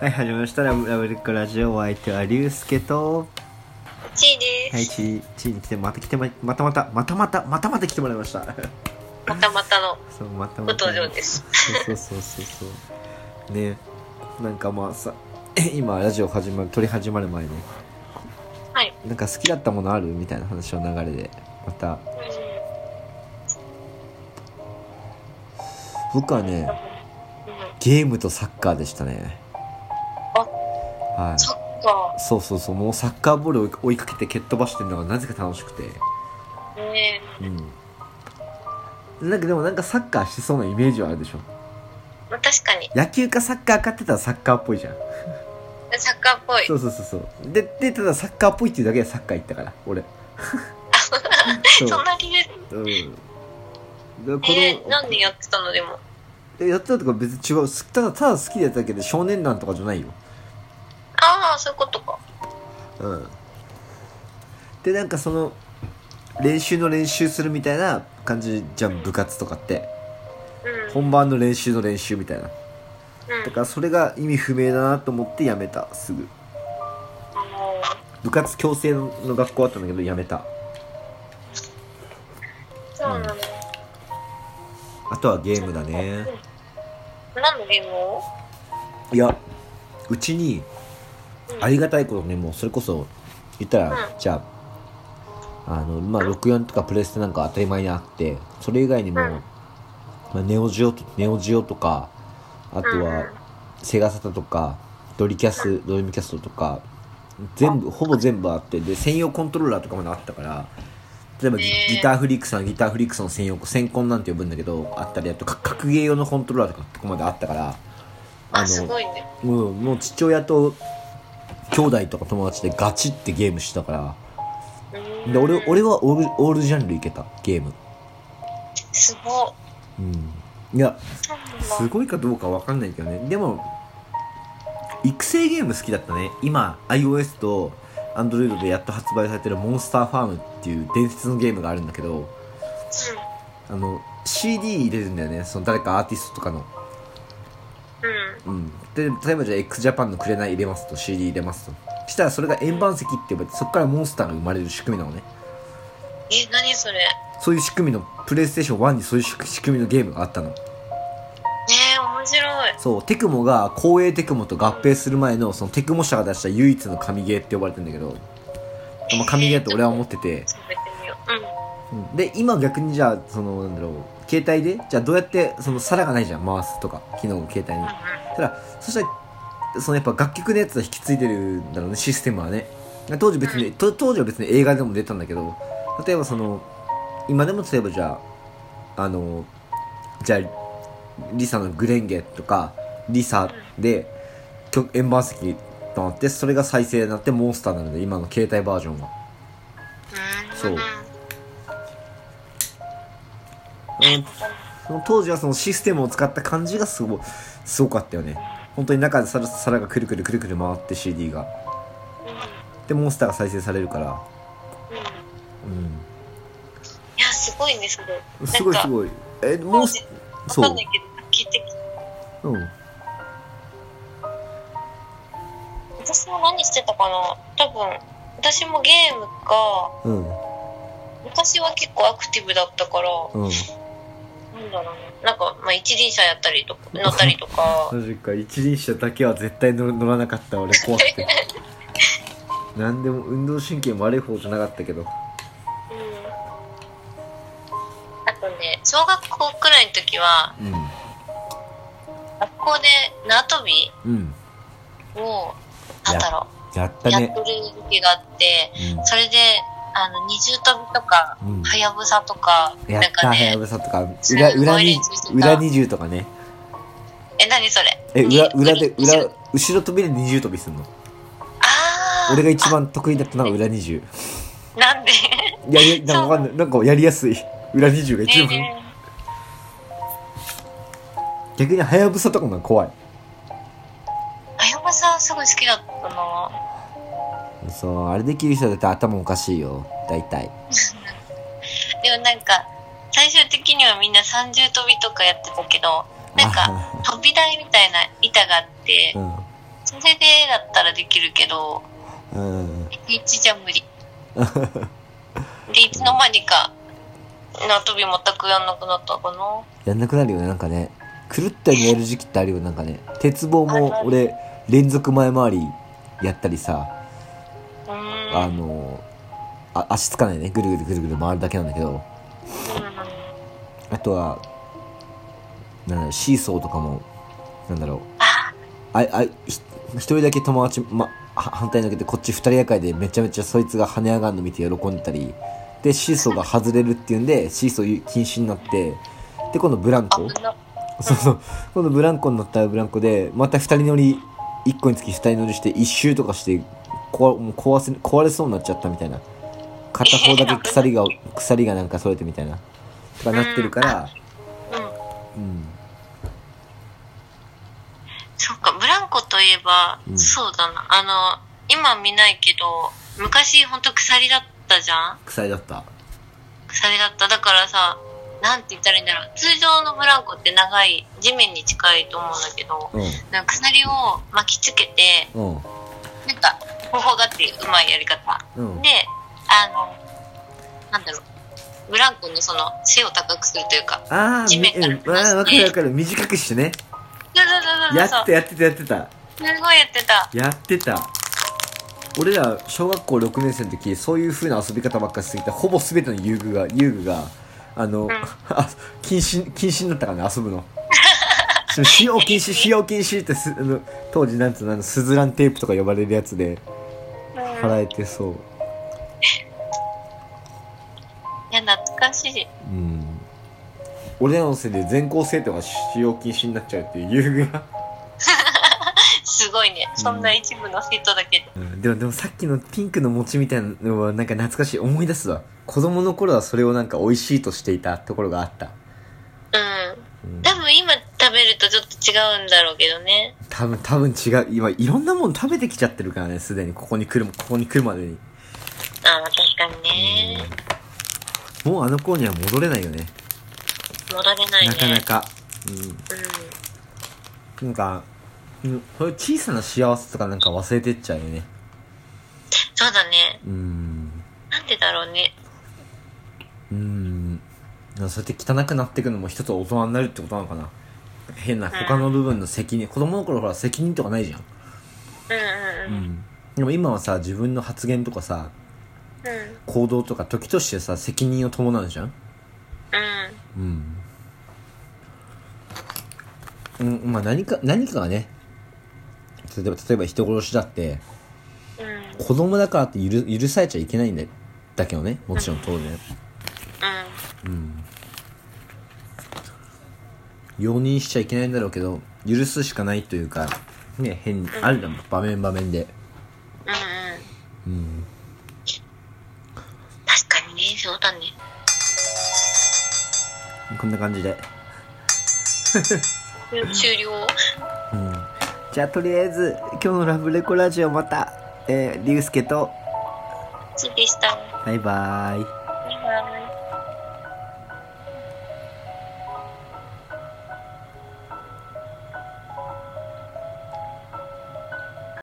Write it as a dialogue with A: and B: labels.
A: はい、始まりました。ラブラブリックラジオ、お相手はリュウスケと、
B: ちいです。
A: はい、ち、ちに来て、また来てま、またまた、またまた、またまた来てもらいました。
B: またまたの
A: そう、また
B: ご
A: また。
B: 登場です。
A: そうそうそうそうそう。ね、なんかまあさ、 今、ラジオ始まる、撮り始まる前ね、
B: はい。
A: なんか好きだったものあるみたいな話の流れで、また、
B: うん
A: 僕はね、
B: うん
A: ゲームとサッカーでしたね。
B: あ
A: はい。
B: そっか。
A: そうそうそう、もうサッカーボールを追いかけて蹴っ飛ばしてるのがなぜか楽しくて。
B: ね
A: うん。なんかでもなんかサッカーしそうなイメージはあるでしょ。
B: まあ、確かに。
A: 野球かサッカーかって言ったらサッカーっぽいじゃん。
B: サッカーっぽい。
A: そうそうそうそう。で、で、ただサッカーっぽいっていうだけでサッカー行ったから、 俺。そ
B: そんな理由
A: う。うん。で、こ
B: えー、
A: の、
B: なんでやってたのでも。
A: えやってたとか別に違う。すただ、ただ好きでやっただけで少年団とかじゃないよ。
B: ああ、そういうことか。
A: うん。で、なんかその、練習の練習するみたいな感じじゃん、部活とかって。
B: うん。うん。
A: 本番の練習の練習みたいな。だからそれが意味不明だなと思ってやめた、すぐ。
B: あのー
A: 部活強制の学校あったんだけどやめた
B: そうなの。
A: あとはゲームだね
B: うん。何のゲームを
A: いやうちに
B: うん
A: ありがたいことねもうそれこそ言ったら、
B: う
A: じゃああのまあ64とかプレステなんか当たり前にあってそれ以外にも、
B: うん
A: まあ、ネオジオとネオジオとかあと
B: うん
A: はセガサタとかドリキャスドリームキャストとか全部ほぼ全部あってで専用コントローラーとかまであったから例えばギ,、
B: ねえ
A: ターフリックさんギターフリックさんの専用専コンなんて呼ぶんだけどあったりあとか格ゲー用のコントローラーとかとこまであったから
B: あ、すごいね。
A: うん、もう父親と兄弟とか友達でガチってゲームしてたからで俺俺はオールオールジャンルいけたゲーム
B: すごっ。
A: うんいや
B: そうなんだ
A: すごいかどうかわかんないけどねでも育成ゲーム好きだったね今 iOS と Android でやっと発売されてる「モンスターファーム」っていう伝説のゲームがあるんだけどあの CD 入れるんだよねその誰かアーティストとかの
B: うん。う
A: う
B: ん。
A: ん、で例えばじゃあ XJAPAN の「紅入れますと CD 入れますとしたらそれが円盤石って呼ばれてそこからモンスターが生まれる仕組みなのね
B: え、何それ。ね
A: そういう仕組みのプレイステーション1にそういう仕組みのゲームがあったの
B: え、面白い。
A: そうテクモが光栄テクモと合併する前のそのテクモ社が出した唯一の神ゲーって呼ばれてるんだけど、まあ、神ゲーって俺は思ってて、
B: 食べてみよう。うん。
A: うんで今逆にじゃあそのなんだろう携帯でじゃあどうやってその皿がないじゃん回すとか機能を携帯にただそしたらそのやっぱ楽曲のやつは引き継いでるんだろうねシステムはね当時別に、と当時は別に映画でも出たんだけど例えばその今でも例えばじゃああのじゃあリサの「グレンゲ」とか「リサで」曲円盤石となってそれが再生になってモンスターなので今の携帯バージョンはそう
B: うん。
A: うんその当時はそのシステムを使った感じがすごすごかったよね本当に中で皿皿がくるくるくるくる回って CD がでモンスターが再生されるから
B: うん。うん
A: う
B: いや、すごいね、それ。
A: んすごい
B: なん
A: す
B: か
A: ごいえモ
B: 当
A: ンス
B: 時、わ
A: そ
B: か
A: うん
B: ないけど、聞いてきて、
A: うん
B: 私も何してたかな多分、私もゲームか、
A: うん
B: 昔は結構アクティブだったから、
A: うん
B: なんだろうね。なんか、まあ、一輪車やったりとか、乗ったりとか、
A: マジか一輪車だけは絶対乗乗らなかった俺怖く てなんでも運動神経も悪い方じゃなかったけど
B: うん。あとね、小学校くらいの時は、学校で縄跳び
A: うんうん
B: を、なんだろ
A: やっ
B: う、
A: た
B: やっ
A: ね
B: てる時期があって、それで、あの、二重跳びとか、
A: うん、うん、
B: はやぶさとか、
A: や
B: な
A: っ
B: ん
A: た
B: か
A: はや
B: ね、
A: ぶさとか
B: すごい
A: 裏裏に
B: 練習してた
A: 裏二重とかね
B: え、何それ
A: え裏裏で
B: に
A: 裏後ろ飛びで二重飛びすんの
B: あー
A: 俺が一番得意だったのが裏二重
B: なんで
A: いやいやなんかわかんないなんかやりやすい裏二重が一番
B: え
A: 逆にはやぶさとかの方が怖い
B: ーあやまさんすごい好きだったな
A: そうあれできる人だって頭おかしいよ大体
B: でもなんか最終的にはみんな三重跳びとかやってたけどなんか
A: あ
B: 飛び台みたいな板があって
A: うん
B: そそれでだったらできるけど、
A: うん
B: 日じゃ 無理。で、いつの間にか、縄跳び全くやんなくなったかな。
A: やんなくなるよねなんかね狂ったようにやる時期ってあるよなんかね鉄棒も俺連続前回りやったりさ
B: うーん。
A: あのあ足つかないねぐるぐるぐるぐる回るだけなんだけど
B: うん
A: あとはなんだろうシーソーとかもなんだろう
B: あ
A: あいあいひ一人だけ友達、ま、は反対に受けてこっち二人がかりでめちゃめちゃそいつが跳ね上がるの見て喜んでたりでシーソーが外れるっていうんでシーソー禁止になってで今度ブランコ
B: 危な。
A: そうそう今度ブランコになったらブランコでまた二人乗り一個につき二人乗りして一周とかしてこわもう壊せ壊れそうになっちゃったみたいな片方だけ鎖が鎖がなんかそれてみたいなとかなってるから
B: う
A: う
B: ん。
A: ん
B: そっか、ブランコといえば、
A: うん
B: そうだな。あの、今見ないけど、昔ほんと鎖だったじゃん
A: 鎖だった
B: 鎖だった。だからさ、なんて言ったらいいんだろう。通常のブランコって長い、地面に近いと思うんだけど、
A: う
B: なんか鎖を巻きつけ
A: ん
B: て、
A: うん
B: なんか、方法があってうまいやり方。
A: うん
B: で、あの、なんだろう。ブランコのその背を高くするというか。
A: あー
B: 地
A: み
B: 面
A: う
B: から
A: んあーわかるわかる短くしてね
B: そうそうそうそう
A: や
B: そ
A: っ
B: う
A: て。やってたやってた
B: すごいやってた。
A: やってた俺ら小学校6年生の時そういう風な遊び方ばっかりしてきたほぼ全ての遊具が遊具があの、
B: ん
A: あ禁止禁止になったからね遊ぶのそ の使用禁止使用禁止ってすあの当時なんつうのあのスズランテープとか呼ばれるやつで
B: うん
A: 払えてそう
B: いや、懐かしい。
A: うん俺らのせいで全校生徒が使用禁止になっちゃうっていう遊具が
B: すごいね。そんな一部の生徒だけで。
A: うんでもでもさっきのピンクの餅みたいなのはなんか懐かしい思い出すわ子供の頃はそれをなんか美味しいとしていたところがあった、
B: うん。
A: うん、
B: 多分今食べるとちょっと違うんだろうけどね。
A: 多分多分違う今いろんなもの食べてきちゃってるからねすでにここに来るここに来るまでに
B: ああ、確かにね。
A: もうあの頃には戻れないよね
B: 戻れないね。
A: なかなか
B: う
A: うんなんかうんそういう小さな幸せとかなんか忘れてっちゃうよね
B: ん。そうだね。
A: うん
B: なんでだろうね。
A: うんそうやって汚くなっていくのも一つ大人になるってことなのかな変な他の部分の責任子供の頃ほら責任とかないじゃん
B: うん
A: う
B: うんうん。
A: んでも今はさ自分の発言とかさ
B: うん。
A: 行動とか時としてさ責任を伴うじゃん
B: うん。
A: うん、うん、まあ何か何かがね例えば例えば人殺しだって
B: うん。うん。
A: 子供だからって許許されちゃいけないんだだけどねもちろん当然うん容認しちゃいけないんだろうけど許すしかないというかね変あるじゃん場面場面で
B: うんうん。
A: うん
B: 確かにね、そうだね。
A: こんな感じで
B: 終了。
A: うんじゃあとりあえず今日のラブレコラジオまたえー、リュウスケと
B: そうでした。
A: バイバーイ
B: バイバイ。